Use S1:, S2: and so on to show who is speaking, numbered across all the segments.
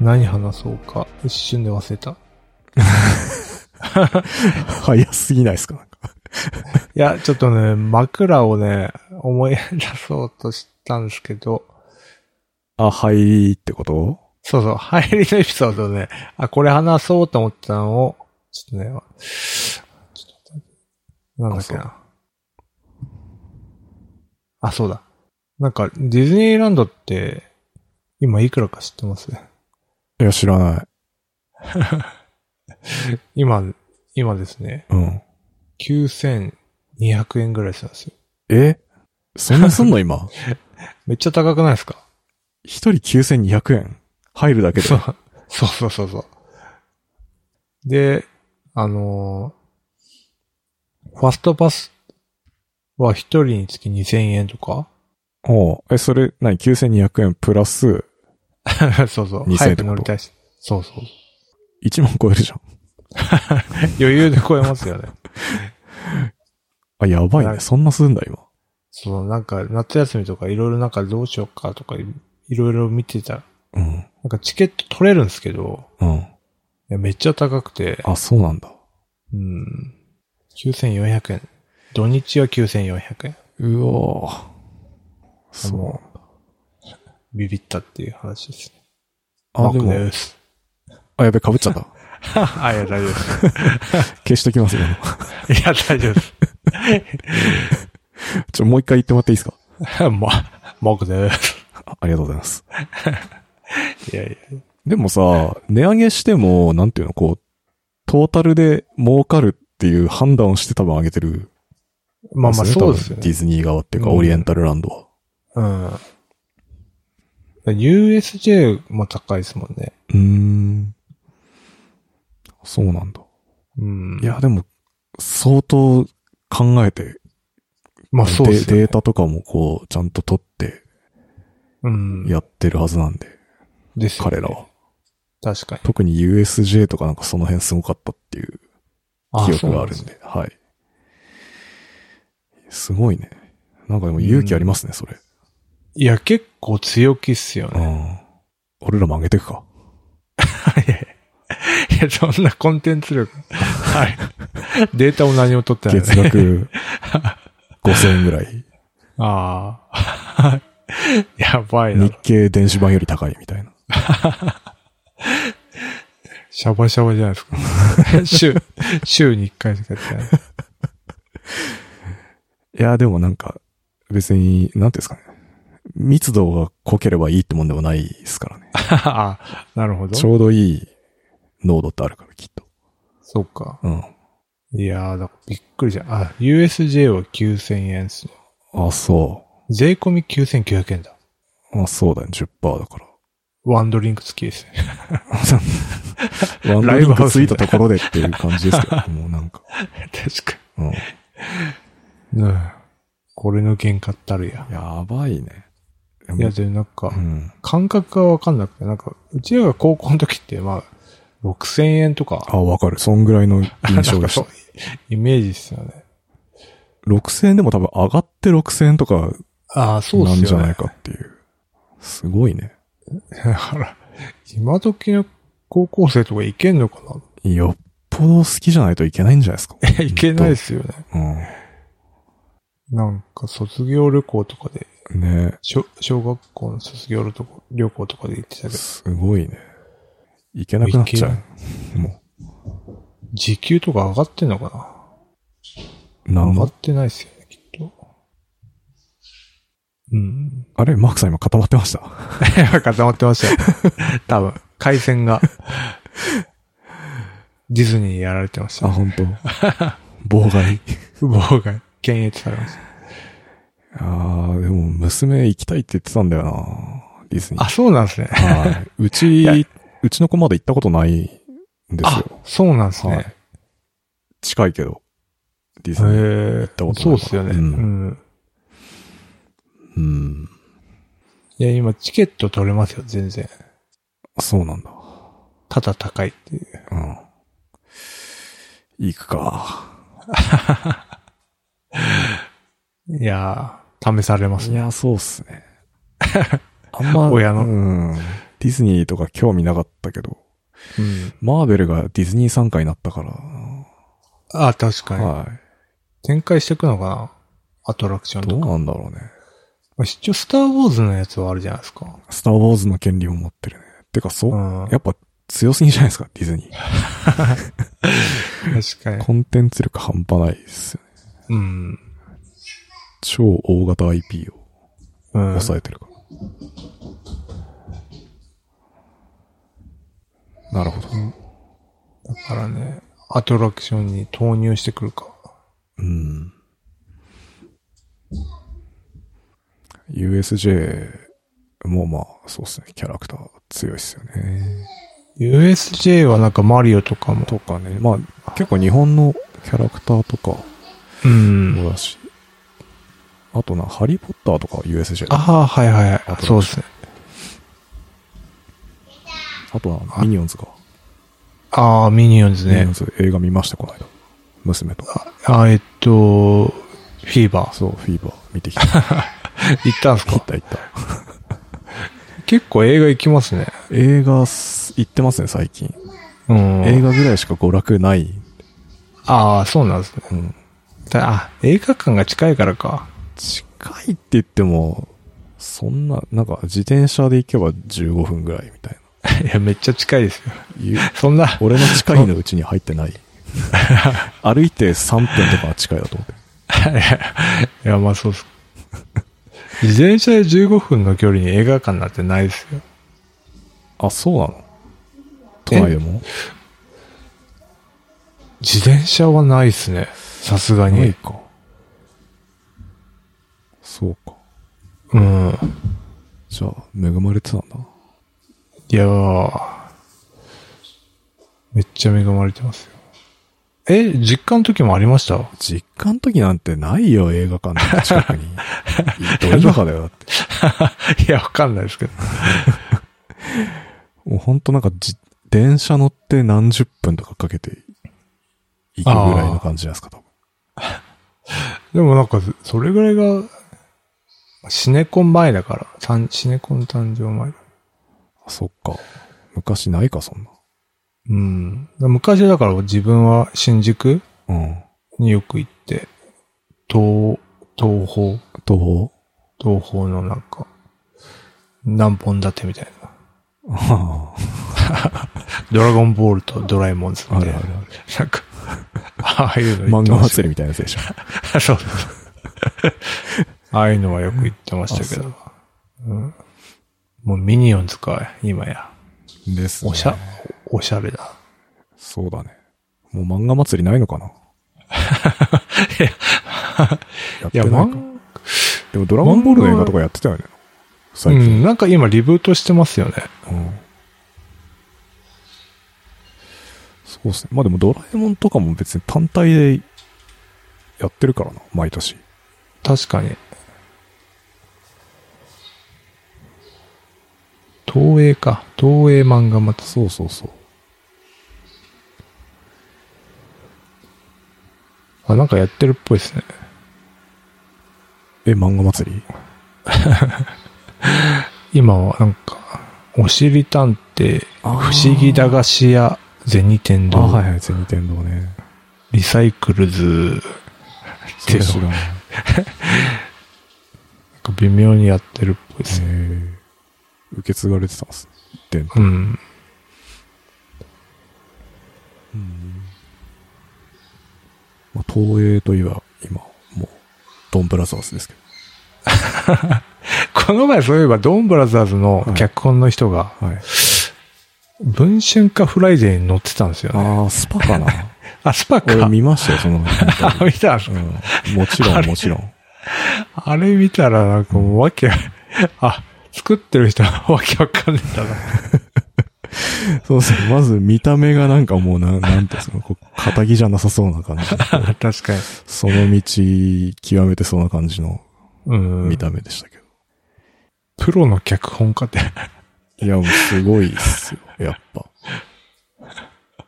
S1: 何話そうか、一瞬で忘れた。
S2: 早すぎないですかなんか。
S1: いや、ちょっとね、枕をね、思い出そうとしたんですけど、
S2: あ、入りってこと
S1: そうそう、入りのエピソードね、あ、これ話そうと思ったのを、ちょっとね、ちょっと待ってなんだっけな。あ、そうだ。なんか、ディズニーランドって、今いくらか知ってます
S2: いや、知らない。
S1: 今、今ですね、
S2: うん。
S1: 9200円ぐらいしたんですよ。
S2: えそんなすんの今。
S1: めっちゃ高くないですか
S2: 一人9200円。入るだけで
S1: そ。うそうそうそうそう。で、あのーファストパスは一人につき2000円とか
S2: おうえ、それ、何 ?9200 円プラス
S1: そうそう。
S2: 2000
S1: 早く乗りたいし。そうそう。
S2: 1万超えるじゃん。
S1: 余裕で超えますよ ね。
S2: あ、やばい
S1: は
S2: ね。
S1: い
S2: そんなすんだ今。
S1: そう、なんか夏休みとかいろいろなんかどうしようかとかいろいろ見てたら、
S2: うん。
S1: なんかチケット取れるんですけど、
S2: うん。
S1: いやめっちゃ高くて、
S2: あ、そうなんだ。
S1: うん。9400円。土日は9400円。
S2: うおーそう。
S1: ビビったっていう話ですね。
S2: あ、
S1: で
S2: で
S1: も
S2: も、
S1: です。
S2: あ、やべ、被っちゃった。
S1: あ、いや、大丈夫です。
S2: 消しときます よ。
S1: いや、大丈夫です。
S2: ちょ、もう一回言ってもらっていいですか
S1: ま、僕です。
S2: あありがとうございます。
S1: いやいや。
S2: でもさ、値上げしても、なんていうの、こう、トータルで儲かるっていう判断をして多分上げてる。
S1: まあまあ、そうですよ
S2: デ
S1: ね。
S2: ィズニー側っていうか、
S1: うん
S2: オリエンタルランドは。
S1: うん。USJ も高いですもんね。
S2: うーん。そうなんだ。
S1: うん。
S2: いや、、でも、相当考えて、
S1: まあそうで
S2: です
S1: よ、ね。
S2: データとかもこう、ちゃんと取って
S1: うん。
S2: やってるはずなんで、
S1: ですよね
S2: 彼らは。
S1: 確かに。
S2: 特に USJ とかなんかその辺すごかったっていう記憶がある
S1: そ
S2: ん
S1: うなんですね
S2: で、はい。すごいね。なんかでも勇気ありますね、それ。
S1: いや、結構強気っすよ
S2: う
S1: ね。
S2: ん。俺らも上げてくか。
S1: いや、そんなコンテンツ力。はい。データを何も取ってない、ね。
S2: 月 額5000円ぐらい。
S1: ああ。 やばいな
S2: 日。経電子版より高いみたいな。
S1: シャバシャバじゃないですか。 週、週に1回しかやってない。
S2: いや、でもなんか、別に、なんていうんですかね。密度が濃ければいいってもんでもないですからね。
S1: ああ、なるほど。
S2: ちょうどいい濃度ってあるから、きっと。
S1: そうか。
S2: うん。
S1: いやー、だからびっくりじゃん。あ、USJ は9000円っすね。
S2: あ、そ
S1: 税込み9900円だ。
S2: う。あ、そうだね。10%だから。
S1: ワンドリンク付きですね。
S2: ワンド
S1: ライ
S2: リ
S1: ブ
S2: ン
S1: ハウ
S2: ク
S1: ス
S2: つ
S1: み
S2: い
S1: た
S2: た
S1: い
S2: ところでっていう感じですけど、もうなんか。
S1: 確か
S2: うん。
S1: に。うん。これの原価ったるや。
S2: やばいね。でも
S1: いや、で、なんか
S2: う、ん。
S1: 感覚がわかんなくて、なんか、うちらが高校の時って、まあ、6000円とか、
S2: あ、わかる。そんぐらいの印
S1: な
S2: 象
S1: ん
S2: で
S1: か
S2: し
S1: そう
S2: た。、
S1: イメージっすよね。
S2: 6000円でも多分上がって6000円とか
S1: ああ、そうっ
S2: なん
S1: す
S2: じ
S1: よ
S2: ゃない
S1: ね。
S2: かっていう。すごいね。
S1: だから、 今時の高校生とかいけんのかな
S2: よっぽど好きじゃないといけないんじゃないですか。
S1: いや、いけないっすよね。
S2: う
S1: なんか、卒業旅行とかで、
S2: ん。ね
S1: 小小学校の卒業旅行とかで行ってたけど、
S2: すごいね。いけなくなっちゃ
S1: いけ
S2: う。も
S1: 時給とか上がってんのか
S2: う。
S1: な
S2: なん
S1: 上が
S2: の
S1: ってないっすよね、きっと。うん。
S2: あれマークさん今固まってました。
S1: 固まってました よ。多分、回線が。ディズニーやられてまし
S2: あ、
S1: た。
S2: 本当。 妨害。
S1: 妨害。検閲されました。
S2: ああ、でも娘行きたいって言ってたんだよな。ディズニー
S1: あ、。そうなんですね。
S2: はいう
S1: や
S2: ち、うちの子まだ行ったことないんです
S1: あ
S2: よ。、
S1: そうなんですね。
S2: はい近いけど。ディズニー。
S1: へ
S2: たことない
S1: そうっすよね。う
S2: うん
S1: ん。
S2: うん。
S1: いや、今、チケット取れますよ、全然。
S2: そうなんだ。
S1: ただ高いっていう。
S2: うん。行くか。
S1: いやー、試されます
S2: い
S1: ね。
S2: や、そうっすね。あんま、
S1: 親の
S2: うん。ディズニーとか興味なかったけど、
S1: うん。
S2: マーベルがディズニー参加になったから
S1: あ、確か
S2: な、
S1: に。
S2: はい。
S1: 展開していくのかなアトラクション
S2: ど
S1: と
S2: う
S1: か。
S2: なんだろうね。
S1: まあ一応、スター・ウォーズのやつはあるじゃないですか。
S2: スターウォーズの権利を持ってるね。てか、そう、
S1: うん。
S2: やっぱ強すぎじゃないですか、ディズニー。
S1: 確かに。
S2: コンテンツ力半端ないですよね。
S1: うん。
S2: 超大型 IP を
S1: うん。
S2: 抑えてるから。なるほど。
S1: だからね、アトラクションに投入してくるか。
S2: うん。USJ もまあ、そうですね。キャラクター強いですよね。
S1: USJ はなんかマリオとかも。
S2: とかね。まあ、結構日本のキャラクターとか
S1: うん。
S2: もだし。あとな、ハリーポッターとかは USJ。
S1: ああ、はいはいは
S2: ラク
S1: い。
S2: ショ
S1: そ
S2: ン
S1: うですね。
S2: あとな、ミニオンズか。
S1: ああ、ミニオンズ
S2: ミニオ
S1: ね
S2: ン。ズ映画見ました、この間。娘と。
S1: あえっと、フィーバー。
S2: そう、フィーバー 見てきた。
S1: 行ったんす
S2: 行っ
S1: か
S2: た行った。
S1: 結構映画行きますね。
S2: 映画す、行ってますね、最近。
S1: うん。
S2: 映画ぐらいしか娯楽ない。
S1: ああ、そうなんですね。
S2: うん。
S1: たあ、映画館が近いからか。
S2: 近いって言っても、そんな、なんか自転車で行けば15分ぐらいみたい
S1: いや、めっちゃ近いですよ。
S2: ないう。
S1: そんな、
S2: 俺の近いのうちに入ってない。歩いて3分とかは近いだと思って。
S1: いや、まあそうっす。自転車で15分の距離に映画館なんてないですよ。
S2: あ、そうなの都内でも
S1: 自転車はないっすね。さすが
S2: ない
S1: に。
S2: か。そうか。
S1: うん。
S2: じゃあ、恵まれてたんだ。
S1: いやー。めっちゃ恵まれてますよ。え、実家の時もありました
S2: 実家の時なんてないよ、映画館の近くに。どういう中だよ、だっ て。
S1: いや、わかんないですけど。
S2: もうほんとなんかじ、電車乗って何十分とかかけて、行くぐらいの感じじゃないですか、多分。
S1: でもなんか、それぐらいが、シネコン前だから。さんシネコン誕生前だ。
S2: あそっか。昔ないか、そんな。
S1: うん。昔だから自分は新宿
S2: うん。
S1: によく行って、東、東方
S2: 東
S1: 東方のなんか、何本立てみたいな。
S2: 宝
S1: ドラゴンボールとドラえもんズみ
S2: あ
S1: たい
S2: る
S1: な。
S2: ある
S1: なんか、ああいう
S2: あ
S1: の
S2: る。漫
S1: 行って
S2: 画
S1: ました
S2: 祭りみたいなやつでしょ。
S1: そうそうそう。ああいうのはよく行ってましたけど。うん、もうミニオンズか、今や。
S2: です、ね。
S1: おしゃ、おしゃれだ。
S2: そうだね。もう漫画祭りない のかなやっ
S1: い
S2: て
S1: や、ま
S2: ないか。でもドラゴンボールの映画とかやってたよね。
S1: う
S2: 最近。
S1: ん、なんか今リブートしてますよね。
S2: うんそうですね。まあでもドラえもんとかも別に単体でやってるからな、毎年。
S1: 確かに。東映か。東映漫画祭。
S2: そうそうそう。
S1: あ、なんかやってるっぽいですね。
S2: え、漫画祭り
S1: 今はなんか、おしり探偵、不
S2: あー
S1: 思議駄菓子屋、銭天
S2: あ、
S1: 堂、
S2: はいはい、銭天堂ね。
S1: リサイクルズ、
S2: それ知らない。
S1: なんか微妙にやってるっぽいですね。
S2: えー、受け継がれてたんですね。伝統
S1: うん。
S2: まあ、東映といえば、今、もう、ドンブラザーズですけ
S1: この前そういえば、ドンブラザーズの脚本の人が、
S2: ど。はい。
S1: 文春かフライデーに乗ってたんですよね。
S2: ああ、スパかな。
S1: あ、スパ
S2: 俺
S1: か。
S2: 見ましたよ、そのインタビ
S1: あ、見たんです
S2: ュ
S1: か
S2: ー。うん。もちろん、もちろん。
S1: あれ見たらなんかもうわけ、あ、作ってる人は わけわかんねえんだな。
S2: そうですね。まず見た目がなんかもうな、 なんていうんですか、こう、仇じゃなさそうな感じ。
S1: 確かに。
S2: その道、極めてそうな感じの
S1: うん
S2: 見。た目でしたけど。
S1: プロの脚本家って。
S2: いや、もうすごいっすよ。やっぱ。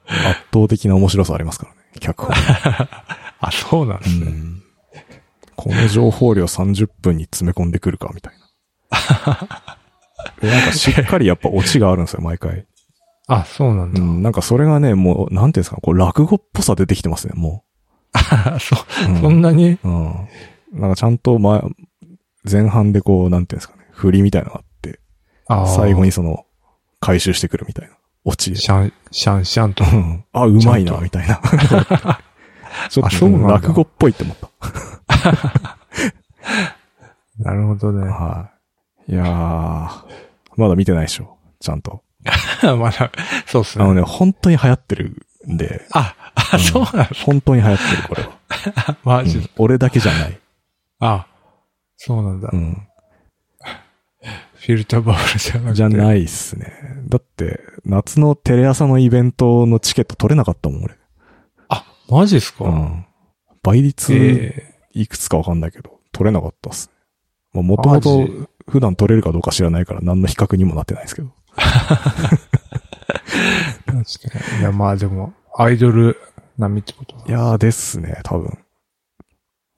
S2: 圧倒的な面白さありますからね。脚本。
S1: あ、そうなんで
S2: う
S1: すね。
S2: ん。この情報量30分に詰め込んでくるか、みたいな。でなんかしっかりやっぱオチがあるんですよ、毎回。
S1: あ、そうなん
S2: う
S1: だ。
S2: ん、なんかそれがね、もう、なんていうんですか、こう、落語っぽさ出てきてますね、も。
S1: そう
S2: うん
S1: そんなに
S2: うん。なんかちゃんと、ま、前半でこう、なんていうんですかね、振りみたいなのがあって、
S1: あー
S2: 最後にその、回収してくるみたいな、オチで。
S1: シャン、シャンシャンと。
S2: うんあ、うまい
S1: ちゃん
S2: な、
S1: と
S2: みたいな。ちょ
S1: あ
S2: っ
S1: そ
S2: と、
S1: うなんだ
S2: 落語っぽいって思った。
S1: なるほどね。
S2: はい。いやー、まだ見てないでしょ、ちゃんと。
S1: まだ、そうっす
S2: あの
S1: ね。
S2: ね、本当に流行ってるんで、
S1: あ、あ、
S2: ん
S1: そうなんだ。
S2: 本当に流行ってる、これは。
S1: マ
S2: う
S1: ジで
S2: ん俺だけじゃない。
S1: あ、そうなんだ
S2: う。ん。
S1: フィルターボールじゃなくて。
S2: じゃ
S1: い。
S2: ないっすね。だって、夏のテレ朝のイベントのチケット取れなかったもん、俺。
S1: あ、マジっすか、
S2: うん。倍率、
S1: え
S2: いくつかわかんないけど、取れなかったっすね。まあ、もとも
S1: マ
S2: と
S1: ジ
S2: 普段取れるかどうか知らないから何の比較にもなってないですけど。
S1: え確かに。いや、まあでも、アイドル並みってことだ
S2: いやーですね、多分。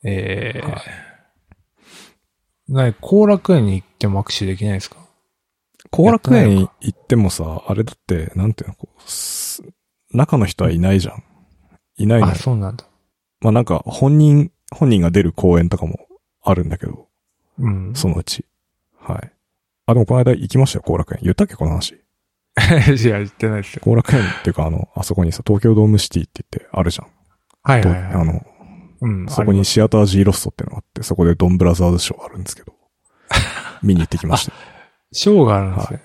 S1: ええなに、後楽園に行っても握手できないですか
S2: 後楽
S1: やってないの
S2: 園
S1: か
S2: 行ってもさ、あれだって、なんていうの、こうす中の人はいないじゃん。いないの
S1: あ、
S2: よ。
S1: そうなんだ。
S2: まあなんか、本人、本人が出る公演とかもあるんだけど、
S1: うん。
S2: そのうち。はい。あ、でもこの間行きましたよ、後楽園。言ったっけ、この話。
S1: いや、行ってないですよ。
S2: 後楽園っていうか、あの、あそこにさ、東京ドームシティって言ってあるじゃん。
S1: はい
S2: と
S1: はいはい。
S2: あの、
S1: うん、
S2: そこにシアター G ロストってのがあって、そこでドンブラザーズショーあるん ですけど、見に行ってきましたよ。
S1: ショーがあるんですね。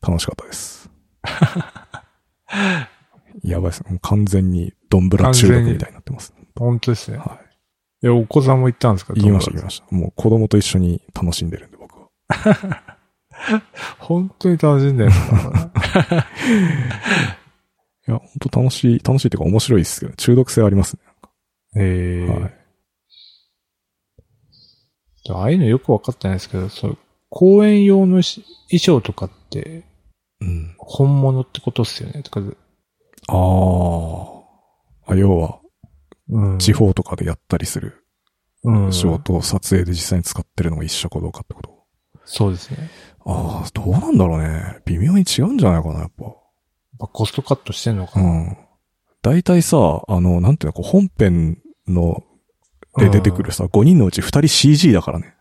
S2: 楽しかったです。 やばいですね。もう完全にドンブラ中毒みたいになってます。
S1: 本当ですね。。
S2: はい
S1: や、お子さんも行ったんですか
S2: い。行きました、行
S1: 友
S2: きました。もう子供と一緒に楽しんでるんで、僕は。
S1: 達本当に楽しんでるんですか
S2: いや、本当楽しい、楽しいっていうか面白いですけど、中毒性ありますね。
S1: ええ
S2: はい
S1: ああいうのよくわかってないですけど、そう、公演用のし衣装とかって、
S2: うん。
S1: 本物ってことっすよね。とか、
S2: あーあ。要は、
S1: うん。
S2: 地方とかでやったりする
S1: うん。
S2: 仕事を撮影で実際に使ってるのが一緒かどうかってこと。
S1: そうですね。やっ
S2: ああ、どうなんだろうね。微妙に違うんじゃないかな、やっぱ。
S1: ぱコストカットしてんのか
S2: う
S1: な、
S2: ん。大体さ、あの、なんていうの、こう本編の、で出てくるさ、5人のうち2人 CG だからね。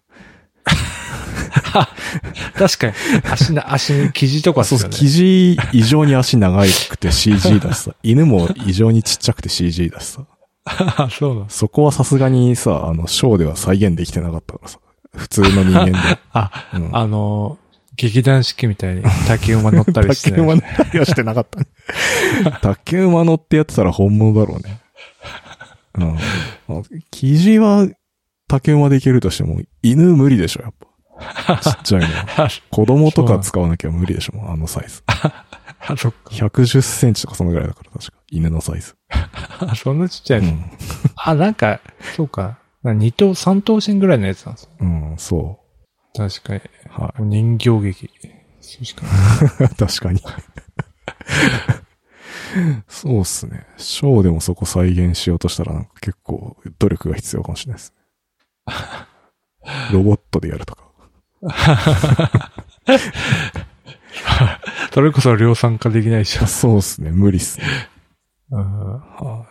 S1: 確かに、足な、足に生地とかっす
S2: そ
S1: よ
S2: うそう、
S1: ね。
S2: 生地以上に足長くて CG だし さ、犬も異常にちっちゃくて CG だしさ、
S1: あそうなんです。
S2: そこはさすがにさ、あの、ショーでは再現できてなかったからさ、普通の人間 で。
S1: あ、
S2: うん
S1: あの、劇団式みたいに竹馬乗ったりして
S2: 竹
S1: ない。
S2: 馬乗ったりはしてな かったね。竹馬乗ってやってたら本物だろうね。うん。生地は竹馬でいけるとしても、犬無理でしょ、やっぱ。ちっちゃいのは。 子供とか使わなきゃ無理でしょ、もうあのサイズ。
S1: あ、そっか。
S2: 110センチとかそのぐらいだから、確か。犬のサイズ。
S1: あ、そんなちっちゃ
S2: う
S1: いの、
S2: ん。
S1: あ、なんか、そうか。な二等、三等身ぐらいのやつなんですよ。
S2: うん、そ
S1: 確かに。
S2: う。は
S1: 人形劇。そうしかない
S2: い。 確かに。そうっすね。ショーでもそこ再現しようとしたら、なんか結構努力が必要かもしれないですね。ロボットでやるとか。
S1: それこそ量産化できないし
S2: あ。そうっすね。無理っすね。
S1: うん
S2: は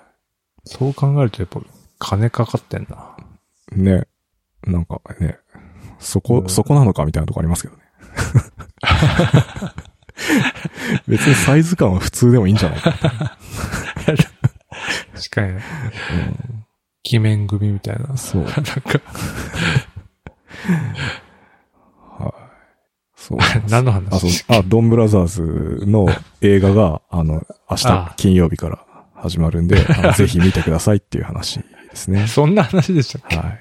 S1: そう考えるとやっぱ金かかってんな。
S2: い。ね。なんかね。そこ、
S1: うん
S2: そこなのかみたいなとこありますけどね。 別にサイズ感は普通でもいいんじゃないか。
S1: 確かにね。鬼面組みたいな。
S2: そう。
S1: なんか、
S2: そう。
S1: 何の
S2: あ、そう
S1: 話。
S2: あ、ドンブラザーズの映画が、あの、明
S1: あ。
S2: 日金曜日から始まるんで、あのぜひ見てくださいっていう話です ね
S1: そんな話でしたっけ
S2: はい。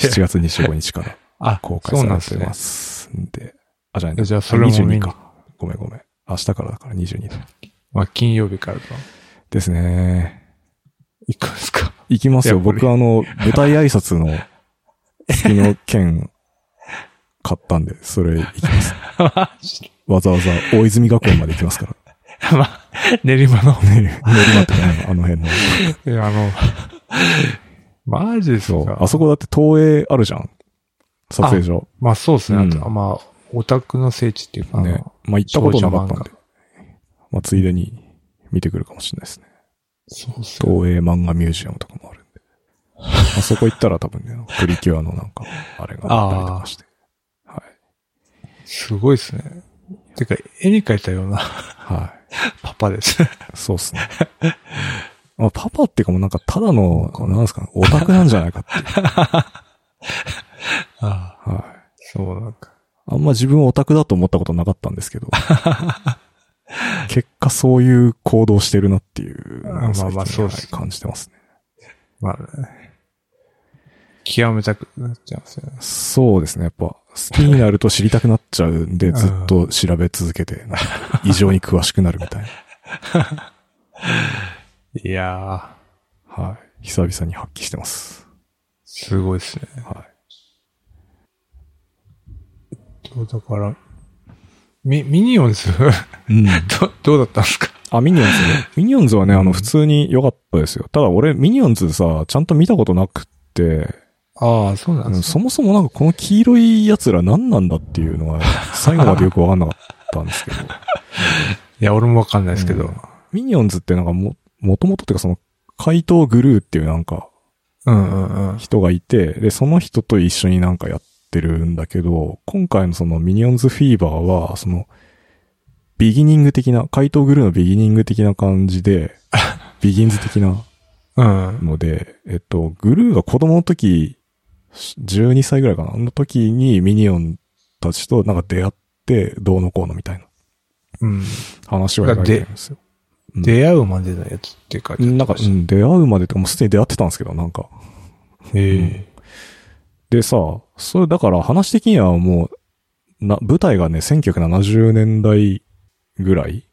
S2: 7月25日から
S1: あ、。
S2: 公開されてますすんで。あ、じゃあ、
S1: えじゃあそれも見
S2: 22
S1: に
S2: か。ごめんごめん。明日からだから22だ。
S1: まあ金曜日からと。
S2: ですね。
S1: 行くんですか
S2: 行きますよ。
S1: やっぱり
S2: 僕あの、舞台挨 拶の月の券買ったんで、それ行きます。
S1: マジで
S2: わざわざ大泉学園まで行きますから。
S1: まあ、 練馬 の。
S2: 練馬とかねあの辺の。
S1: いや、あの、マジです
S2: そう。
S1: か
S2: あそこだって東映あるじゃん。撮影所。
S1: まあそうですね。
S2: うん
S1: あとまあ、オタクの聖地っていうか、
S2: ね。まあ、行ったことなかったんで。まあ、ついでに見てくるかもしれないですね。
S1: そうそう。
S2: 東映漫画ミュージアムとかもあるんで。まあ、そこ行ったら多分ね、プリキュアのなんか、あれがあったりとかして。はい。
S1: すごいですね。てか、絵に描いたような
S2: は
S1: パパです。
S2: い。そうっすね。まあ、パパっていうかもうなんか、ただの、なんですかね、オタクなんじゃないか っていう。
S1: ああ、
S2: はい。
S1: そうなんか。
S2: あんま自分オタクだと思ったことなかったんですけ ど。結果そういう行動してるなっていうのを
S1: あまあまあ
S2: 最近
S1: そうっ
S2: はい
S1: す
S2: 感じてますね。
S1: まあね。極めたくなっちゃうんですよね。
S2: そうですね。やっぱ好きになると知りたくなっちゃうんで、
S1: ん
S2: ずっと調べ続けて、なんか異常に詳しくなるみたいな。
S1: いやー、
S2: はい。久々に発揮してます。
S1: すごいですね。
S2: は
S1: そうだから、ミ、ミニオンズ
S2: い。うん。
S1: ど、どうだったんですか
S2: あ、ミニオンズね。ミニオンズはね、あの、普通に良かったですよ。ただ俺、ミニオンズさ、ちゃんと見たことなくって、
S1: ああ、そうな
S2: うん
S1: で
S2: ん
S1: す
S2: そもそもなんかこの黄色い奴ら何なんだっていうのは、最後までよくわかんなかったんです けど。
S1: いや、俺もわかんないですけど。
S2: うんミニオンズってなんかも、もともとっていうかその、怪盗グルーっていうなんか、
S1: うんうんうん。
S2: 人がいて、で、その人と一緒になんかやってるんだけど、今回のそのミニオンズフィーバーは、その、ビギニング的な、怪盗グルーのビギニング的な感 じで、ビギンズ的な
S1: うん。
S2: ので、えっと、グルーが子供の時、12歳ぐらいかな、の時にミニオンたちとなんか出会って、どうのこうのみたいな
S1: うん。
S2: 話を描いてるんですよ。うん
S1: 出会うまでのやつっていうか、
S2: なんか、うん出会うまでとかもうすでに出会ってたんですけど、なんか。
S1: へ
S2: うんでさ、それだから話的にはもう、な、舞台がね、1970年代ぐらい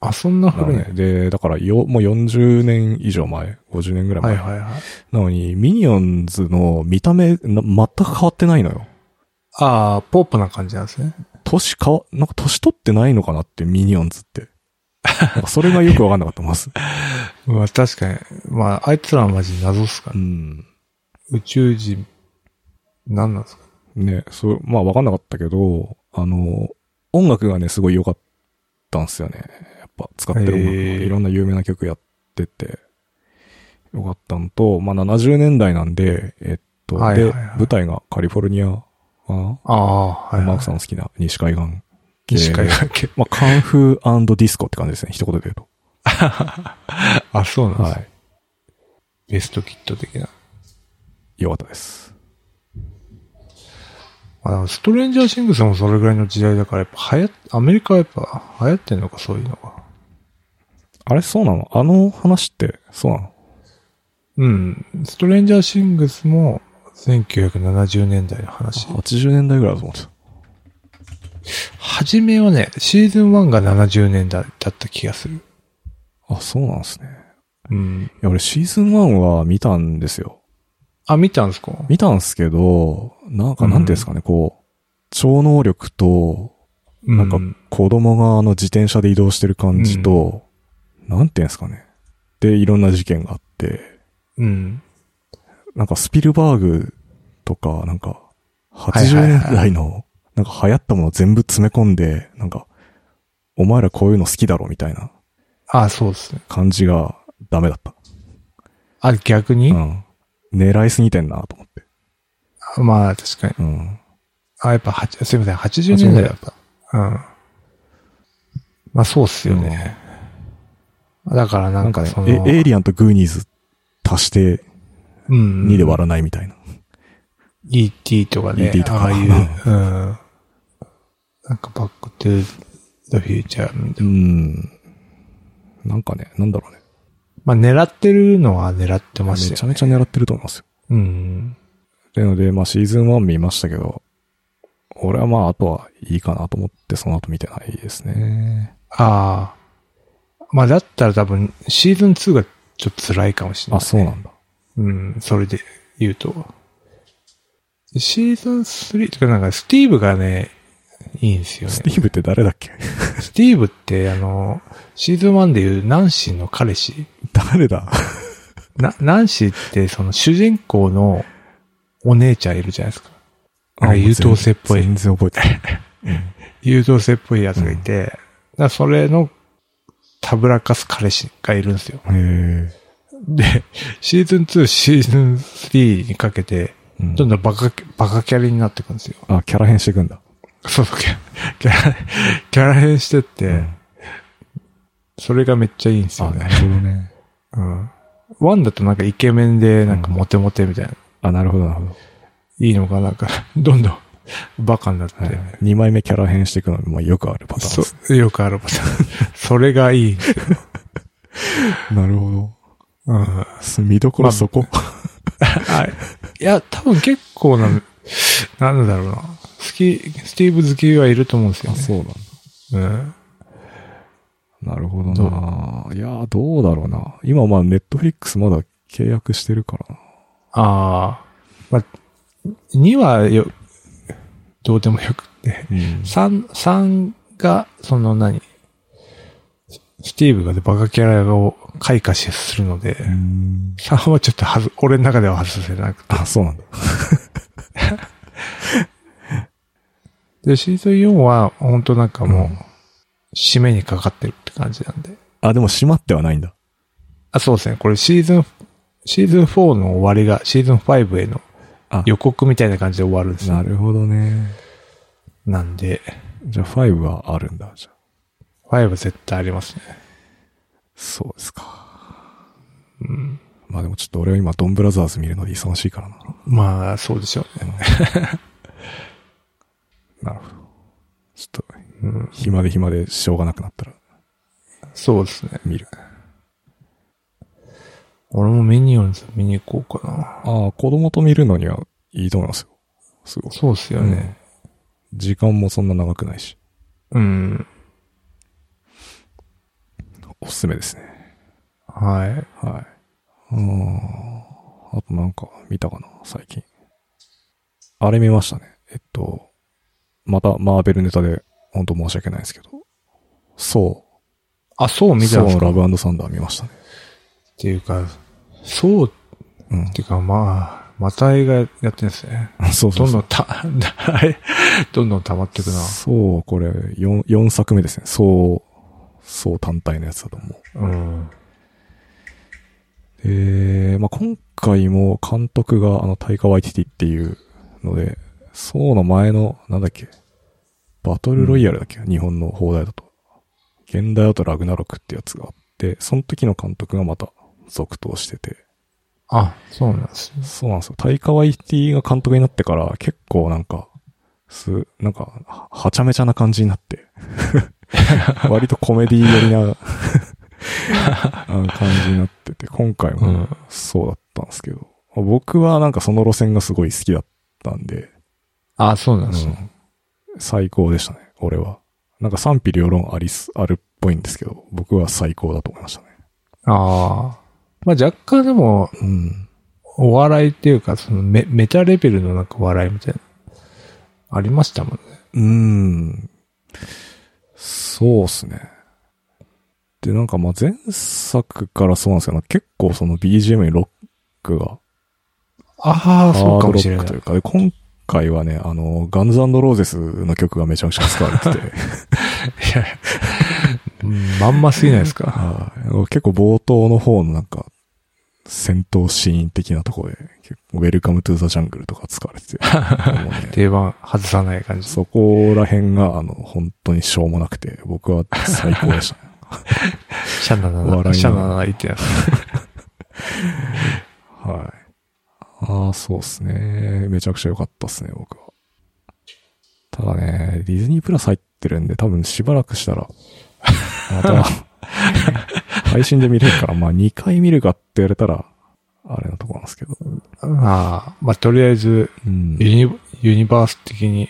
S1: あ、そんな
S2: なの
S1: 古い
S2: ね
S1: ね。。
S2: で、だからよ、もう40年以上前、50年ぐらい
S1: は
S2: 前。
S1: いはいはい。
S2: なのに、ミニオンズの見た目、な全く変わってないのよ。
S1: ああ、ポップな感じなんですね。
S2: 年かわ、なんか年取ってないのかなって、ミニオンズって。なんかそれがよくわかんなかったます。
S1: うわ、確かに。まあ、あいつらはマジ謎っすから
S2: う
S1: ね。
S2: ん。
S1: 宇宙人、なんなんですか
S2: ね、そう、まあわかんなかったけど、あの、音楽がね、すごい良かったんすよね。やっぱ使ってる音楽
S1: へ
S2: も
S1: ー
S2: いろんな有名な曲やってて、良かったのと、まあ70年代なんで、えっと、
S1: はいはいはい
S2: で、舞台がカリフォルニアかな
S1: ああ、はい、は
S2: マー
S1: い
S2: ク。さんの好きな西海岸系。
S1: 西海岸系。
S2: まあ、カンフーディスコって感じですね。一言で言うと。
S1: あ、そうなんです、
S2: はい。
S1: ベストキット的な。
S2: 良かったです。
S1: まあ、でもストレンジャーシングスもそれぐらいの時代だから、やっぱ流行っ、アメリカはやっぱ流行ってんのか、そういうのが。
S2: あれ、そうなのあの話って、そうなの
S1: うん。ストレンジャーシングスも、1970年代の話。
S2: ?80 年代ぐらいだと思ってた。
S1: 初めはね、シーズン1が70年代だった気がする。
S2: あ、そうなんですね。
S1: うん。
S2: いや、俺シーズン1は見たんですよ。
S1: あ、見たんですか
S2: 見たんすけど、なんか、
S1: うん
S2: なんていうんですかね、こう、超能力と、
S1: な
S2: なんか子供があの自転車で移動してる感じと、なんていうんですかね。で、いろんな事件があって、
S1: うん。
S2: なんかスピルバーグとか、なんか、
S1: いはい
S2: 80
S1: はい
S2: 年代の、なんか流行ったものを全部詰め込んで、なんか、お前らこういうの好きだろみたいな
S1: あ、そうですね。
S2: 感じがダメだった。
S1: あ、逆に
S2: う、ん。狙いすぎてんなと思って。
S1: まあ、確かに。
S2: うん。
S1: あ、やっぱ、はちすいません、80年代だった。うん。まあ、そうっすよね。だから、な
S2: なんんか
S1: か
S2: ね
S1: その、
S2: えエイリアンとグーニーズ足して
S1: うん。
S2: 2で割らないみたいな。
S1: E.T. とかね。
S2: E.T. とか
S1: ああいう、うん。 なんか、バックトゥザフューチャーみた
S2: う
S1: いな。
S2: ん。なんかね、なんだろうね。
S1: まあ、狙ってるのは狙ってま
S2: め
S1: すよ
S2: ちゃめちゃ狙ってると思いますよ。
S1: うん。
S2: なので、まあシーズン1見ましたけど、俺はまああとはいいかなと思ってその後見てないですね。
S1: ああ。まあ、だったら多分、シーズン2がちょっと辛いかもしれない。
S2: あ、そうなんだ。
S1: うん、それで言うと。シーズン3とかなんかスティーブがね、いいんですよね
S2: ス。ティーブって誰だっけ
S1: スティーブってあの、シーズン1でいうナンシーの彼氏。
S2: 誰だ
S1: な、ナンシーってその主人公のお姉ちゃんいるじゃないですか。なんか優等生っぽい
S2: 全然覚えてない。
S1: 優等生っぽいやつがいて、だからそれのたぶらかす彼氏がいるんですよ。
S2: へえ。
S1: で、シーズン2、シーズン3にかけて、
S2: うん
S1: どんどんバカ、バカキャリになっていくんですよ。
S2: あ、キャラ変していくんだ。
S1: そうそう、キャキャラ、キャラ変してって、
S2: うん
S1: それがめっちゃいいんですよね。
S2: ほどね。
S1: うん。ワンだとなんかイケメンで、なんかモテモテみたいな。
S2: あ、なるほど、なるほど。
S1: いいのがなんか、 どんどんバカになって、
S2: はい二枚目キャラ変していくのも、まあ、よくあるパターンです
S1: そう、よくあるパター ン。それがいい。
S2: ね。なるほど。
S1: うん。
S2: 住みどころそこ。
S1: あいや、多分結構な、なんだろうな。好き、スティーブ好きはいると思うんですよ
S2: あ、
S1: ね。
S2: そう なん
S1: う
S2: だ。
S1: ん。
S2: なるほどな。いやー、どうだろうな。今、まあ、ネットフリックスまだ契約してるからな。
S1: ああ。まあ、2はよ、どうでもよくて。
S2: うん。
S1: 3、3が、その何スティーブがねバカキャラを開花しするので、
S2: うん
S1: 3はちょっとはず、俺の中では外せなくて。
S2: あ、そうなんだ。
S1: で、シーズン4は、本当なんかもう、
S2: うん
S1: 締めにかかってるって感じなんで。
S2: あ、でも閉まってはないんだ。
S1: あ、そうですね。これシーズン、シーズン4の終わりが、シーズン5への
S2: あ
S1: 予告みたいな感じで終わるんですよ。
S2: なるほどね。
S1: なんで、
S2: じゃあ、5はあるんだ、じゃあ。
S1: 5絶対ありますね。
S2: そうですか。まあでもちょっと俺は今、ドンブラザーズ見るので忙しいからな。
S1: まあ、そうでしょうね。
S2: なるほど。ちょっと、暇で暇でしょうがなくなったら
S1: そうですね。
S2: 見る。
S1: 俺もミニオンズ見に行こうかな。
S2: ああ、子供と見るのにはいいと思いますよ。すごい。
S1: そうですよね。
S2: 時間もそんな長くないし、
S1: うん。
S2: おすすめですね。
S1: はい。
S2: はい。うーん。あとなんか見たかな、最近。あれ見ましたね。えっと、またマーベルネタで、ほんと申し訳ないですけど。そう。
S1: あ、そう見たん
S2: そ
S1: です
S2: う、
S1: か
S2: ラ
S1: っ
S2: ブサンダー見ましたね。
S1: ていうか、そうっ
S2: うん。
S1: ていうか、まあ、また映画やってるんですね。
S2: そうそ
S1: ど
S2: うんそ
S1: ど
S2: う。
S1: んた、 はいどんどん溜まっていくな。
S2: そう、これ4、4作目ですね。そう、そう単体のやつだと思う。
S1: うん。
S2: えー、まあ今回も監督が、あの、タイカ・ワイティティっていうので、そうの前の、なんだっけ、バトルロイヤルだっけ、日本の放題だと。現代だとラグナロクってやつがあって、その時の監督がまた続投してて、
S1: あ、そうなんですね。
S2: そうなんですよ。タイカ・ワイティが監督になってから結構なんか、す、なんか、ははちゃめちゃな感じになって。割とコメディ寄りな あの感じになってて、今回
S1: う
S2: も
S1: ん。
S2: そうだったんですけど、僕はなんかその路線がすごい好きだったんで、
S1: あ、そうなんです
S2: う
S1: ね。
S2: ん最高でしたね、俺は。なんか賛否両論ありす、あるっぽいんですけど、僕は最高だと思いましたね。
S1: ああ。まあ若干でも、
S2: うん。
S1: お笑いっていうか、そのメメタレベルのなんか笑いみたいな、ありましたもんね。
S2: うーん。そうっすね。で、なんかまあ前作からそうなんですけど、結構その BGM にロックが、
S1: ああ、そうかもしれ
S2: ハ
S1: な
S2: ードロックとい。
S1: いう
S2: か、で、今回はね、あの、ガンズローゼスの曲がめちゃくちゃ使われて て、
S1: うんまんますぎないですか。
S2: はい結構冒頭の方のなんか、戦闘シーン的なところで、結構ウェルカムトゥーザジャングルとか使われてて、もうね
S1: 定番外さない感じ。
S2: そこら辺が、あの、本当にしょうもなくて、僕は最高でしたね。
S1: シャナナ
S2: 笑いの
S1: ナ、シャナナナ言ってます。
S2: はい。ああ、そうっすね。めちゃくちゃ良かったっすね、僕は。ただね、ディズニープラス入ってるんで、多分しばらくしたら、また、配信で見れるから、まあ2回見るかって言われたら、あれのとこなんですけど。
S1: まあ、まあ、とりあえず、
S2: うん。
S1: ユニ、ユニバース的に、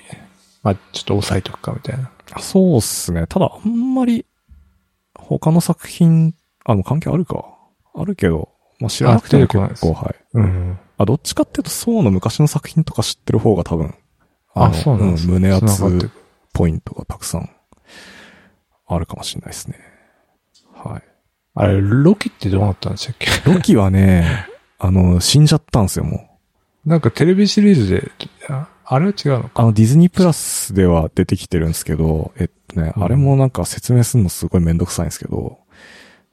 S1: まあ、ちょっと抑えとくかみたいな。
S2: そうっすね。ただ、あんまり、他の作品、あ、の関係あるか。あるけど、まあ知らなくて
S1: あ
S2: も
S1: 出てこないで
S2: 結
S1: す
S2: 構、はい。
S1: うん。
S2: あ、どっちかっていうと、そうの昔の作品とか知ってる方が多分、
S1: あ
S2: の
S1: そうなんですね
S2: 胸
S1: 繋がって
S2: 熱
S1: る
S2: ポイントがたくさんあるかもしれないですね。はい。
S1: あれ、ロキってどうなったんでしたっけ
S2: ロキはね、あの、死んじゃったんですよ、も
S1: なんかテレビシリーズで、ああれは違うの
S2: あの、ディズニープラスでは出てきてるんですけど、えっとね、
S1: うん
S2: あれもなんか説明するのすごいめんどくさいんですけど、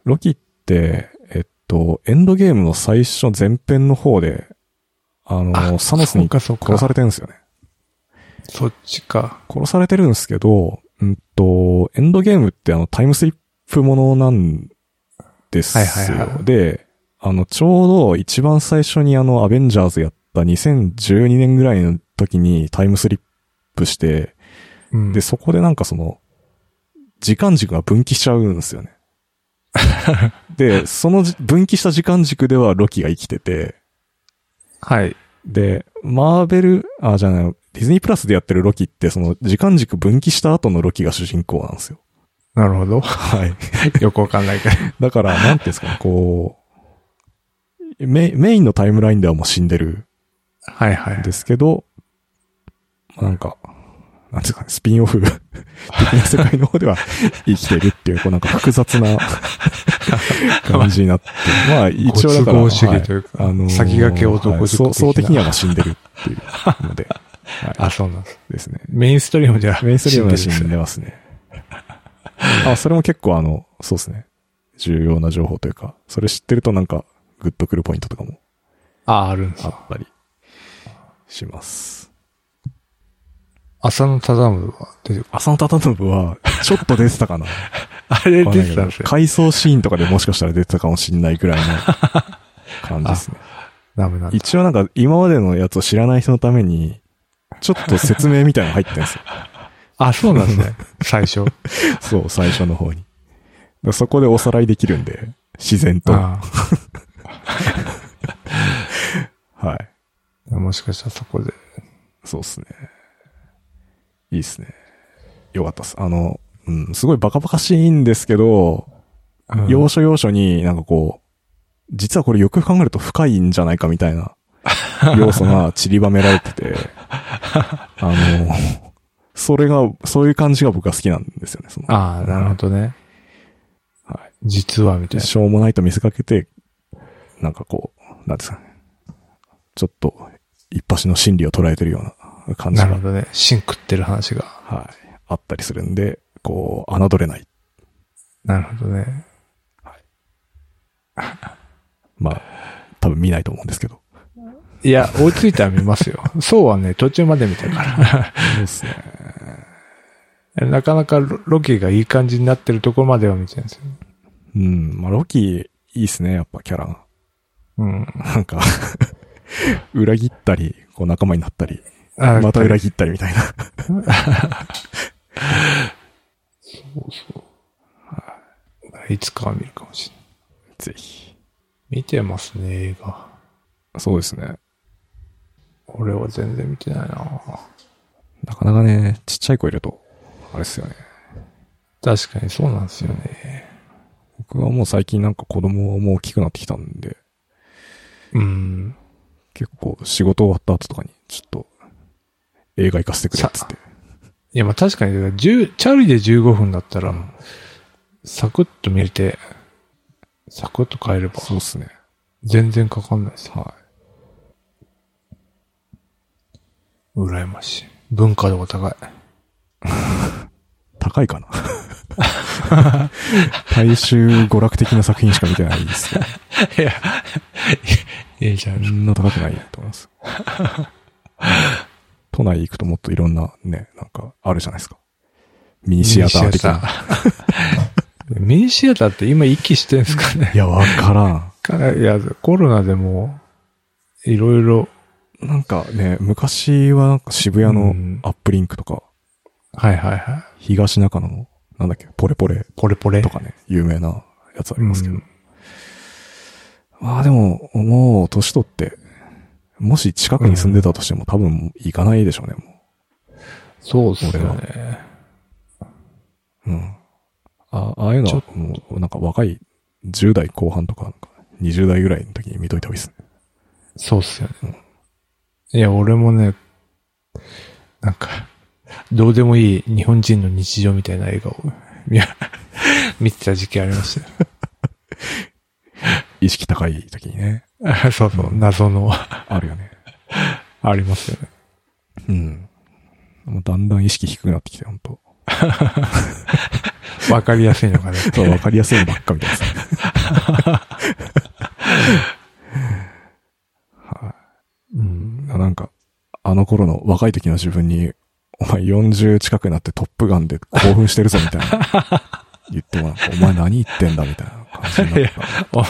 S2: ロキって、えっと、エンドゲームの最初の前編の方で、あの、サノス
S1: そう
S2: に
S1: か、そうか。
S2: 殺されてるんですよね。
S1: そっちか。
S2: 殺されてるんですけど、うんと、エンドゲームってあの、タイムスリップものなんですよ。
S1: はいはいはい
S2: で、あの、ちょうど一番最初にあの、アベンジャーズやった2012年ぐらいの時にタイムスリップして、
S1: うん。
S2: で、そこでなんかその、時間軸が分岐しちゃうんですよね。で、そのじ分岐した時間軸ではロキが生きてて、
S1: はい。
S2: で、マーベル、あ、じゃない、ディズニープラスでやってるロキって、その時間軸分岐した後のロキが主人公なんですよ。
S1: なるほど。
S2: はい。
S1: よくわかんないけど。
S2: だから、なんていうんですかね、こう、メメインのタイムラインではもう死んでる
S1: はいは
S2: ん
S1: い。
S2: ですけど、なんか、なんていうんですかね、スピンオフ 的な世界の方では生きてるっていう、こうなんか複雑 な感じになって、まあ一応だか
S1: ご都
S2: ら、
S1: 合主義
S2: はい
S1: というか
S2: あのー
S1: 先駆け男塾的な
S2: はいそう、そう的にはまあ死んでるっていうので、
S1: あ、そうなんです。
S2: です ね。
S1: メインストリームでは
S2: メインストリームで
S1: 死
S2: 死
S1: ん
S2: ん
S1: でる
S2: でますね。あ、それも結構あの、そうですね。重要な情報というか、それ知ってるとなんか、グッとくるポイントとかも
S1: あ、あるんです
S2: あっ
S1: よ。
S2: たりします。
S1: 浅野忠信は出てくる。
S2: 浅野忠信は、ちょっと出てたかな。
S1: あれ
S2: わかんないけど。回想シーンとかでもしかしたら出てたかもしんないくらいの感じですね。
S1: ダメなんだ。
S2: 一応なんか、今までのやつを知らない人のために、ちょっと説明みたいなの入ってるんですよ。
S1: あ、そうなん ですね。最初。
S2: そう、最初の方に。だからそこでおさらいできるんで、自然と。
S1: あ
S2: はい。
S1: あもしかしたらそこで。
S2: そうっすね。いいっすね。よかったっす。あの、うん、すごいバカバカしいんですけど、
S1: うん
S2: 要所要所になんかこう、実はこれよくよく考えると深いんじゃないかみた いな要素が散りばめられてて、あの、それが、そういう感じが僕は好きなんですよね。その
S1: ああ、なるほどね。
S2: は
S1: 実はみたいな。
S2: でしょうもないと見せかけて、なんかこう、なんですかね。ちょっと、一発の心理を捉えてるような感じ
S1: な
S2: が
S1: るほどね。シン食ってる話が。
S2: はい。あったりするんで、こう、侮れない。
S1: なるほどね。
S2: まあ、多分見ないと思うんですけど。
S1: いや、追いついたら見ますよ。 そうはね、途中まで見たか
S2: そうですね。
S1: ら。なかなかロロキがいい感じになってるところまでは見てるんですよ。
S2: うん。まあ、ロキ、いいっすね。やっぱキャラが。
S1: うん。
S2: なんか、 裏切ったり、こう仲間になったり、
S1: あ
S2: また裏切ったりみ たいな。
S1: いつかは見るかもしれない。
S2: ぜひ。
S1: 見てますね、映画。
S2: そうですね。
S1: 俺は全然見てないな
S2: なかなかね、ちっちゃい子いると、あれっすよね。
S1: 確かにそうなんですよね。
S2: 僕はもう最近なんか子供も大きくなってきたんで、
S1: うん。
S2: 結構仕事終わった後とかに、ちょっと、映画行かせてくれっつって。
S1: いや、まあ確かに、だから10チャリで15分だったら、
S2: うん
S1: サクッと見れて、サクッと帰れば、
S2: そうっすね。
S1: 全然かかんないですよ。
S2: は
S1: 羨ましい。文化度が高い。
S2: い。高いかな 大衆娯楽的な作品しか見てないですけど。
S1: いや、いいじゃん。
S2: そんな高くないと思い ます。都内行くともっといろんなね、なんかあるじゃないですか。ミニシアター的な。
S1: ミニシアターって今息してんすかね
S2: いや、わか
S1: か いや、コロナでも、いろいろ、
S2: らん。なんかね、昔はなんか渋谷
S1: う
S2: の
S1: ん
S2: アップリンクとか、
S1: はいはいはい。
S2: 東中野の、なんだっけ、ポレポレ
S1: ポレポレ
S2: とかね、有名なやつありますけど
S1: うん。
S2: まあでも、もう年取って、もし近くに住んでたとしても多分行かないでしょうね、もう。
S1: そうっすよね。
S2: うん。あああいうの
S1: ちょっ
S2: は、もう、なんか若い、10代後半とか、なんか20代ぐらいの時に見といた方がいいですね。
S1: そうっすよね。いや、俺もね、なんか、どうでもいい日本人の日常みたいな映画を見 見てた時期ありましたよ
S2: 意識高い時にね。
S1: あそうそう、謎の
S2: あるよね。
S1: ありますよね。
S2: うん。もうだんだん意識低くなってきて、本当
S1: わかりやすいの かね。
S2: そう、わかりやすいのばっかみたい ですね。は
S1: うん
S2: い。なんか、あの頃の若い時の自分に、お前40近くなってトップガンで興奮してるぞみたいな。 言ってもらうお前何言ってんだみたいな感じになった。
S1: お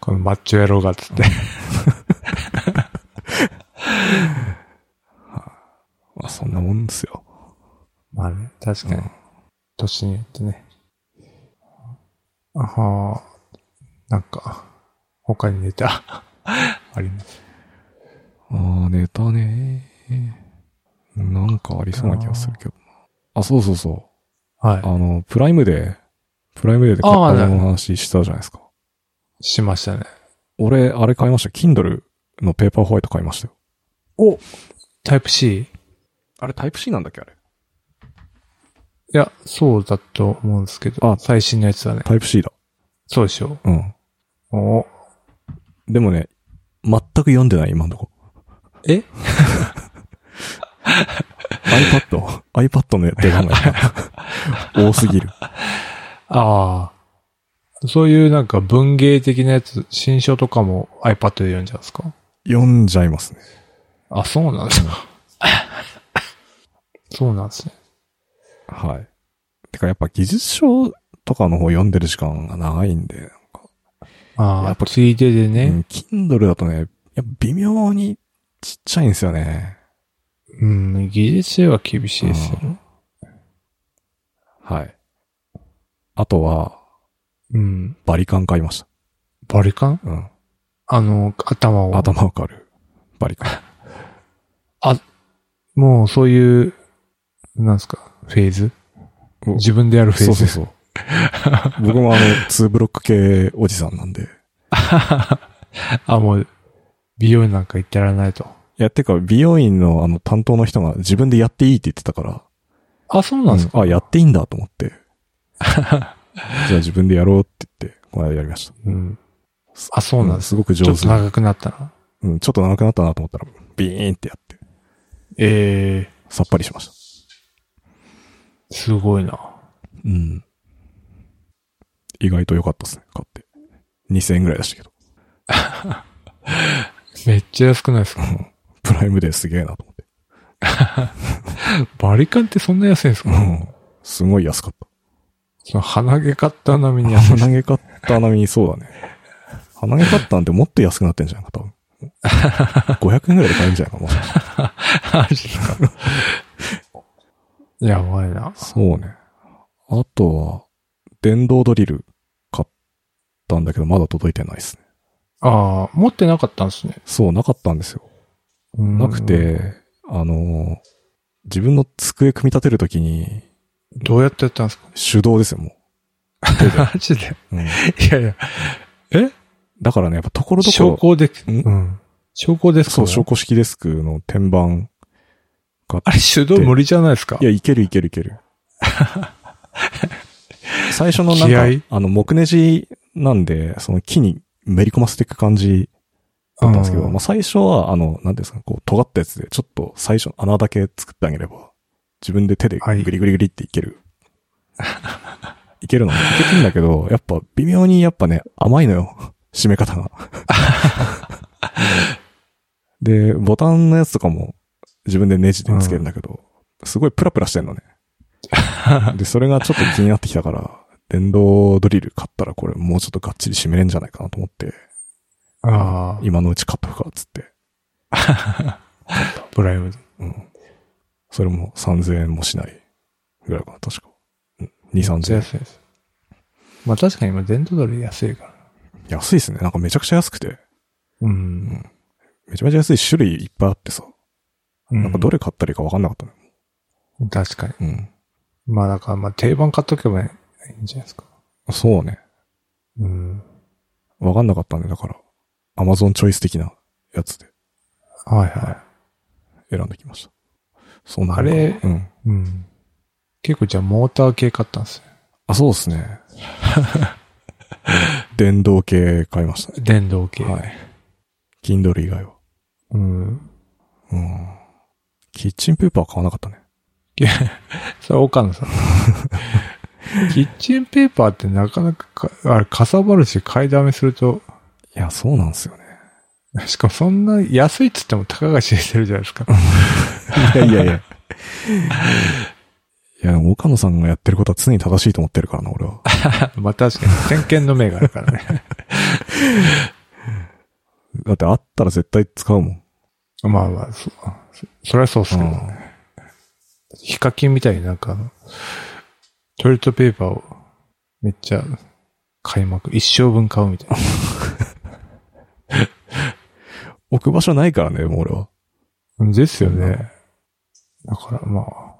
S1: このマッチョ野郎がっつって。
S2: まあそんなもんですよ。
S1: まあね、確かに
S2: うん。
S1: 年によってね。あはーなんか、他にネタ、 あります。
S2: ああ、ネタね。なんかありそうな気がするけどな。あ、そうそうそう。
S1: は
S2: あの、プライムデー、プライムデーで買ったものの話したじゃないですか。
S1: い。しましたね。
S2: 俺、あれ買いました。Kindle のペーパーホワイト買いましたよ。
S1: おタイプ C? い
S2: あれタイプ C なんだっけあれ。
S1: や、そうだと思うんですけど。
S2: あ
S1: 最新のやつだね。
S2: タイプ C だ。
S1: そうでしょ
S2: うん。
S1: う。お
S2: でもね、全く読んでない、今んとこ。
S1: え
S2: iPad、iPad の出 番が多すぎる。
S1: ああ。そういうなんか文芸的なやつ、新書とかも iPad で読んじゃうんですか
S2: 読んじゃいますね。
S1: あ、そうなんですか。 そうなんですね。
S2: はい。てかやっぱ技術書とかの方読んでる時間が長いんで、
S1: あ
S2: や
S1: あ
S2: っ、ぱ
S1: ついでで
S2: う
S1: ね。
S2: ん Kindle だとね、やっぱ微妙にちっちゃいんですよね。
S1: うん、技術性は厳しいですよ。
S2: はい。あとは、
S1: うん。
S2: バリカン買いました。
S1: バリカン
S2: うん。
S1: あの、頭を。
S2: 頭を刈る。バリカン。
S1: もうそういう、なんすか、フェーズ
S2: お
S1: 自分でやるフェー
S2: そうそう
S1: ズ。
S2: そう。僕もあの、ツーブロック系おじさんなんで。
S1: あ、もう、美容院なんか行ってやらないと。
S2: いや、てか、美容院のあの担当の人が自分でやっていいって言ってたから、
S1: あ、そうなんですか、
S2: あ、やっていいんだと 思って。じゃあ自分でやろうって言って、この間やりました。
S1: うん、あ、そうなんです。
S2: すごく上
S1: ち
S2: 手
S1: ょっと長くなったな。
S2: うん、ちょっと長くなったなと思ったら、ビーンってやって、
S1: ええ
S2: さっぱりしました。
S1: すごいな。
S2: うん。意外と良かったですね、買って。2000円ぐらいでしたけど。
S1: めっちゃ安くないですか
S2: プライムデーすげえなと思って。
S1: バリカンってそんな安いんですか、
S2: うん。すごい安かった。
S1: その鼻毛買った並みに安いんです
S2: 鼻毛カッター並みにそうだね。鼻毛カッターなんてもっと安くなってんじゃないか、多分。500円ぐらいで買えるんじゃないか、もしかしたら
S1: マジか。 やばいな。
S2: そうね。あとは、電動ドリル買ったんだけど、まだ届いてないですね。
S1: ああ、持ってなかったんですね。
S2: そう、なかったんですよ。な
S1: な
S2: く。て、あのー、自分の机組み立てるときに、
S1: どうやってやったんですか
S2: 手動ですよ、も
S1: マジで。
S2: う。うん
S1: いやいや、
S2: だからね、やっぱところどこ
S1: 昇
S2: ろ、
S1: 降でき、
S2: ん
S1: うん。昇降ですか
S2: そう、昇降式デスクの天板が
S1: あれ手動無理じゃないですか
S2: いや、いけるいけるいけ る。最初の
S1: 気合
S2: なん
S1: い
S2: か、あの、木ネジなんで、その木にめり込ませていく感じだったんですけど、
S1: うん
S2: まあ最初は、あの、なんていうんですか、こう、尖ったやつで、ちょっと最初の穴だけ作ってあげれば、自分で手で
S1: はい
S2: グリグリグリっていける。いけるのいけるんだけど、やっぱ微妙にやっぱね、甘いのよ。締め方が。で、ボタンのやつとかも自分でネジでつけるんだけど、すごいプラプラしてんのね。で、それがちょっと気になってきたから、電動ドリル買ったらこれもうちょっとがっちり締めれんじゃないかなと思って、
S1: あ
S2: 今のうち買っとくか、つって。
S1: あ、プライムで。
S2: うん。それも3000円もしないぐらいかな、確か。うん。2、
S1: めっちゃ
S2: 3000円。
S1: 安いです。まあ確かに今、電動ドル安いから。
S2: 安いですね。なんかめちゃくちゃ安くて。
S1: うん。
S2: めちゃめちゃ安いし種類いっぱいあってさ。
S1: な
S2: なんかどれ買ったらいいかわかんなかったね。
S1: 確かに。
S2: うん。
S1: まあだから、まあ定番買っとけばいいんじゃないですか。
S2: そうね。
S1: うん。
S2: わかんなかったんで、だから、アマゾンチョイス的なやつで
S1: はいは
S2: 選んできました。そうな
S1: あれ
S2: うん。
S1: い。うん。結構じゃあモーター系買ったんですよ。
S2: あ、そうで すね。電動系買いましたね。
S1: 電動系。
S2: はい。Kindle 以外は。
S1: うん。
S2: うん。キッチンペーパー買わなかったね。
S1: それ、岡野さん。 キッチンペーパーってなかなかか、あれ、かさばるし、買いだめすると、
S2: いや、そうなんですよね。
S1: しかもそんな安いっつっても高が知れてるじゃない ですか。
S2: いやいやいや。いや、でも岡野さんがやってることは常に正しいと思ってるからな、俺は。
S1: まあ確かに、先見の明があるからね。
S2: だってあったら絶対使うもん。
S1: まあまあ、そ、そそれはそうっすけど、
S2: うん
S1: ヒカキンみたいになんかあの、トイレットペーパーをめっちゃ買いまく、一生分買うみたいな。
S2: 置く場所ないからね、もう俺は。
S1: ですよね。だからまあ、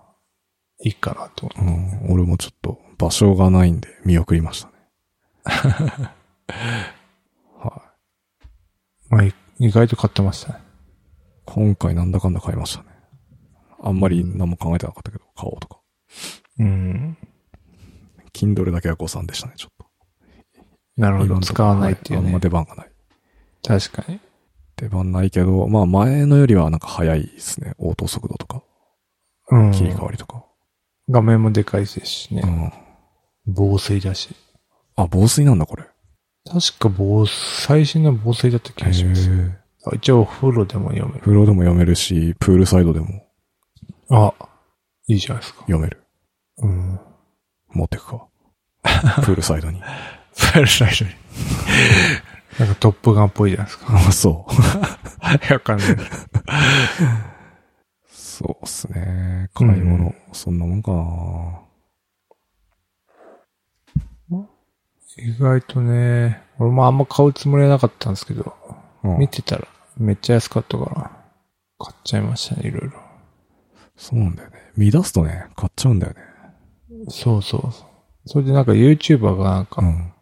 S1: いいかなと思
S2: うん、俺もちょっと場所がないんで見送りましたね。は
S1: う。まあい意外と買ってましたね。
S2: い。今回なんだかんだ買いましたね。あんまり何も考えてなかったけど、買おうとか。
S1: うん。
S2: Kindle だけは誤算でしたね、ちょっと。
S1: なるほど。
S2: 今のとこ
S1: 使わないっていう
S2: はあん
S1: ね
S2: ま。出番がない。
S1: 確かに。
S2: 出番ないけど、まあ前のよりはなんか早いですね。応答速度とか、
S1: うん。
S2: 切り替わりとか。
S1: 画面もでかいですし
S2: う
S1: ね。
S2: ん。
S1: 防水だし。
S2: あ、防水なんだ、これ。
S1: 確か防、最新の防水だった気がします。
S2: え。
S1: 一応お風呂でも読める。
S2: 風呂でも読めるし、プールサイドでも
S1: あ、いいじゃないですか。
S2: 読める。
S1: うん。
S2: 持ってく か。プールサイドに。
S1: プールサイドに。 なんかトップガンっぽいじゃないですか。
S2: あ、そ う。
S1: わかんない。
S2: そうっすね。買い物、そんなもんかな。
S1: 意外とね、俺もあんま買うつもりはなかったんですけど、
S2: うん
S1: 見てたらめっちゃ安かったから、買っちゃいましたね、いろい
S2: そうなんだよね。見出すとね、買っちゃうんだよね。
S1: ろ。そうそうそう。それでなんか YouTuber がなんか、
S2: うん。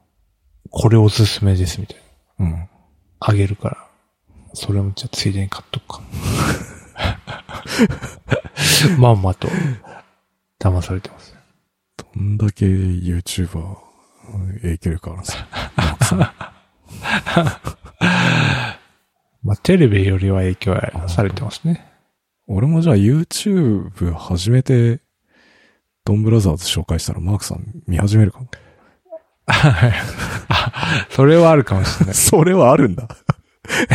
S1: これおすすめですみたいな。
S2: うん。
S1: あげるから。それもじゃあついでに買っと くか。まんまと、騙されてます。
S2: どんだけ YouTuber 影響力あるんですか。
S1: まあ、テレビよりは影響はされてますね。
S2: 俺もじゃあ YouTube 始めて、ドンブラザーズ紹介したらマークさん見始めるかも。
S1: それはあるかもしれない
S2: それはあるんだ。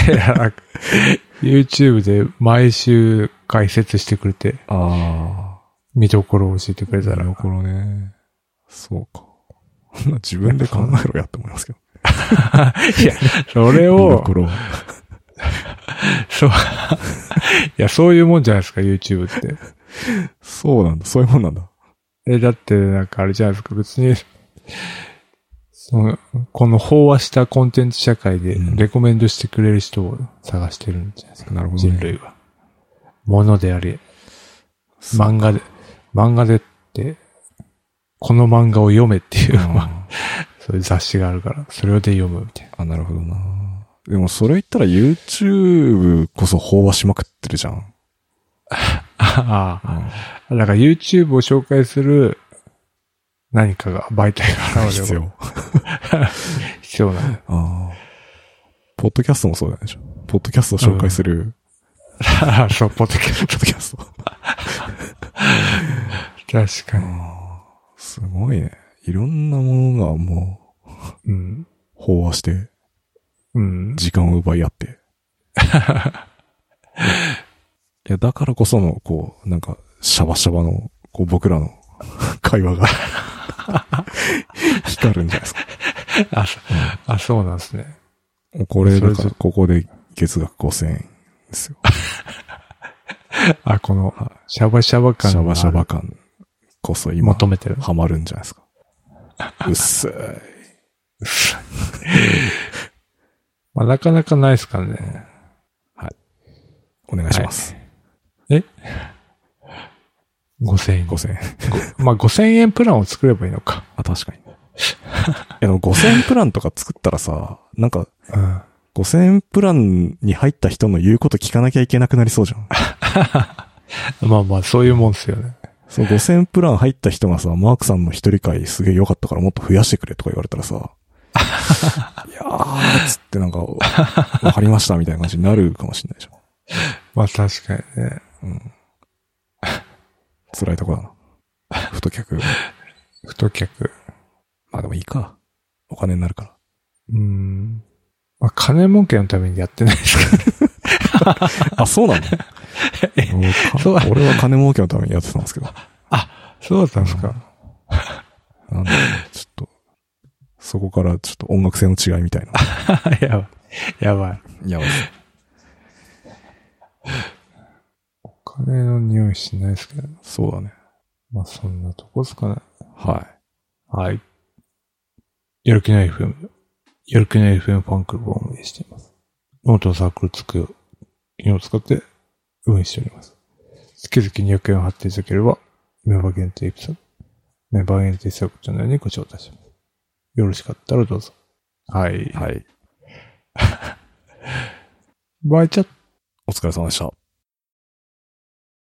S1: いや。なんか YouTube で毎週解説してくれて、
S2: あ
S1: 見どころを教えてくれ
S2: あ。
S1: た
S2: な
S1: ら
S2: る、ほどね。そうか。 自分で考えろやって思いますけど。
S1: それを
S2: とこ、ろ。
S1: そう、い や、そういうもんじゃないですか、YouTube って。
S2: そうなんだ。そういうもんなんだ。
S1: え、だって、なんかあれじゃないですか、別に、その、この飽和したコンテンツ社会で
S2: うん、
S1: レコメンドしてくれる人を探してるんじゃないですか、
S2: なるほどね
S1: 人類は。ものであり、漫画で、漫画でって、この漫画を読めっていう、まあ
S2: あ
S1: そういう雑誌があるから、それで読むみたいな。
S2: あ、なるほどな。でもそれ言ったら YouTube こそ飽和しまくってるじゃん。
S1: ああ。だから YouTube を紹介する何かが、媒体が現
S2: 必
S1: れれば
S2: 要。
S1: 必要なの。
S2: ああ。ポッドキャストもそうじゃないでしょ。ポッドキャストを紹介する、
S1: ああそう、ポッドキャス
S2: ポッドキャスト。
S1: ト。確かに。
S2: すごいね。いろんなものがも
S1: うん。
S2: う飽和して、
S1: うん。
S2: 時間を奪い 合って。いや、だからこその、こう、なんか、シャバシャバの、こう、僕らの会話が、光るんじゃないですか。
S1: あ、そあそうなんですね。
S2: もうこれ、
S1: それ
S2: だ
S1: ぞ
S2: から、ここで月額5000円ですよ。
S1: あ、この、シャバシャバ感
S2: シ
S1: が
S2: ャバシャバ感こそ今、
S1: 求めてる。
S2: ハマるんじゃないです か。うっすい。
S1: まあ、なかなかないですからね。
S2: お願いします。
S1: 5000円。
S2: 5000円。
S1: まあ、5000円プランを作ればいいのか。
S2: あ、確か に。いや、でも5000円プランとか作ったらさ、なんか、
S1: うん。
S2: 5000円プランに入った人の言うこと聞かなきゃいけなくなりそうじゃ ん。
S1: まあまあ、そういうもんですよね。
S2: そう、5000円プラン入った人がさ、マークさんの一人会すげえ良かったからもっと増やしてくれとか言われたら さ、いやー、つってなんか、わかりましたみたいな感じになるかもしれないじゃん。
S1: まあ確かにね。
S2: 辛いとこだな。太 客。
S1: 太客。
S2: まあでもいいか。お金になるから。
S1: うん。まあ金儲けのためにやってないですから。
S2: あ、そうなの俺か
S1: そう
S2: 俺は金儲けのためにやってたんですけど。
S1: そうだったんですか。
S2: なんで、ちょっと、そこからちょっと音楽性の違いみたいな。
S1: やばい。やばい。
S2: やばいっす
S1: お金の匂いしないですけど。
S2: そうだね。
S1: まあそんなとこですかね。
S2: は
S1: はい。やる気ない FM。やる気ない FM ファンクラブを運営しています。ノートのサークルつく機能を使って運営しております。月々200円を貼っていただければ、メンバー限定エピソード、メンバー限定サークルチャンネルにご招待します。よろしかったらどうぞ。はい
S2: い。。はい。
S1: バイチャット
S2: お疲れ様でした。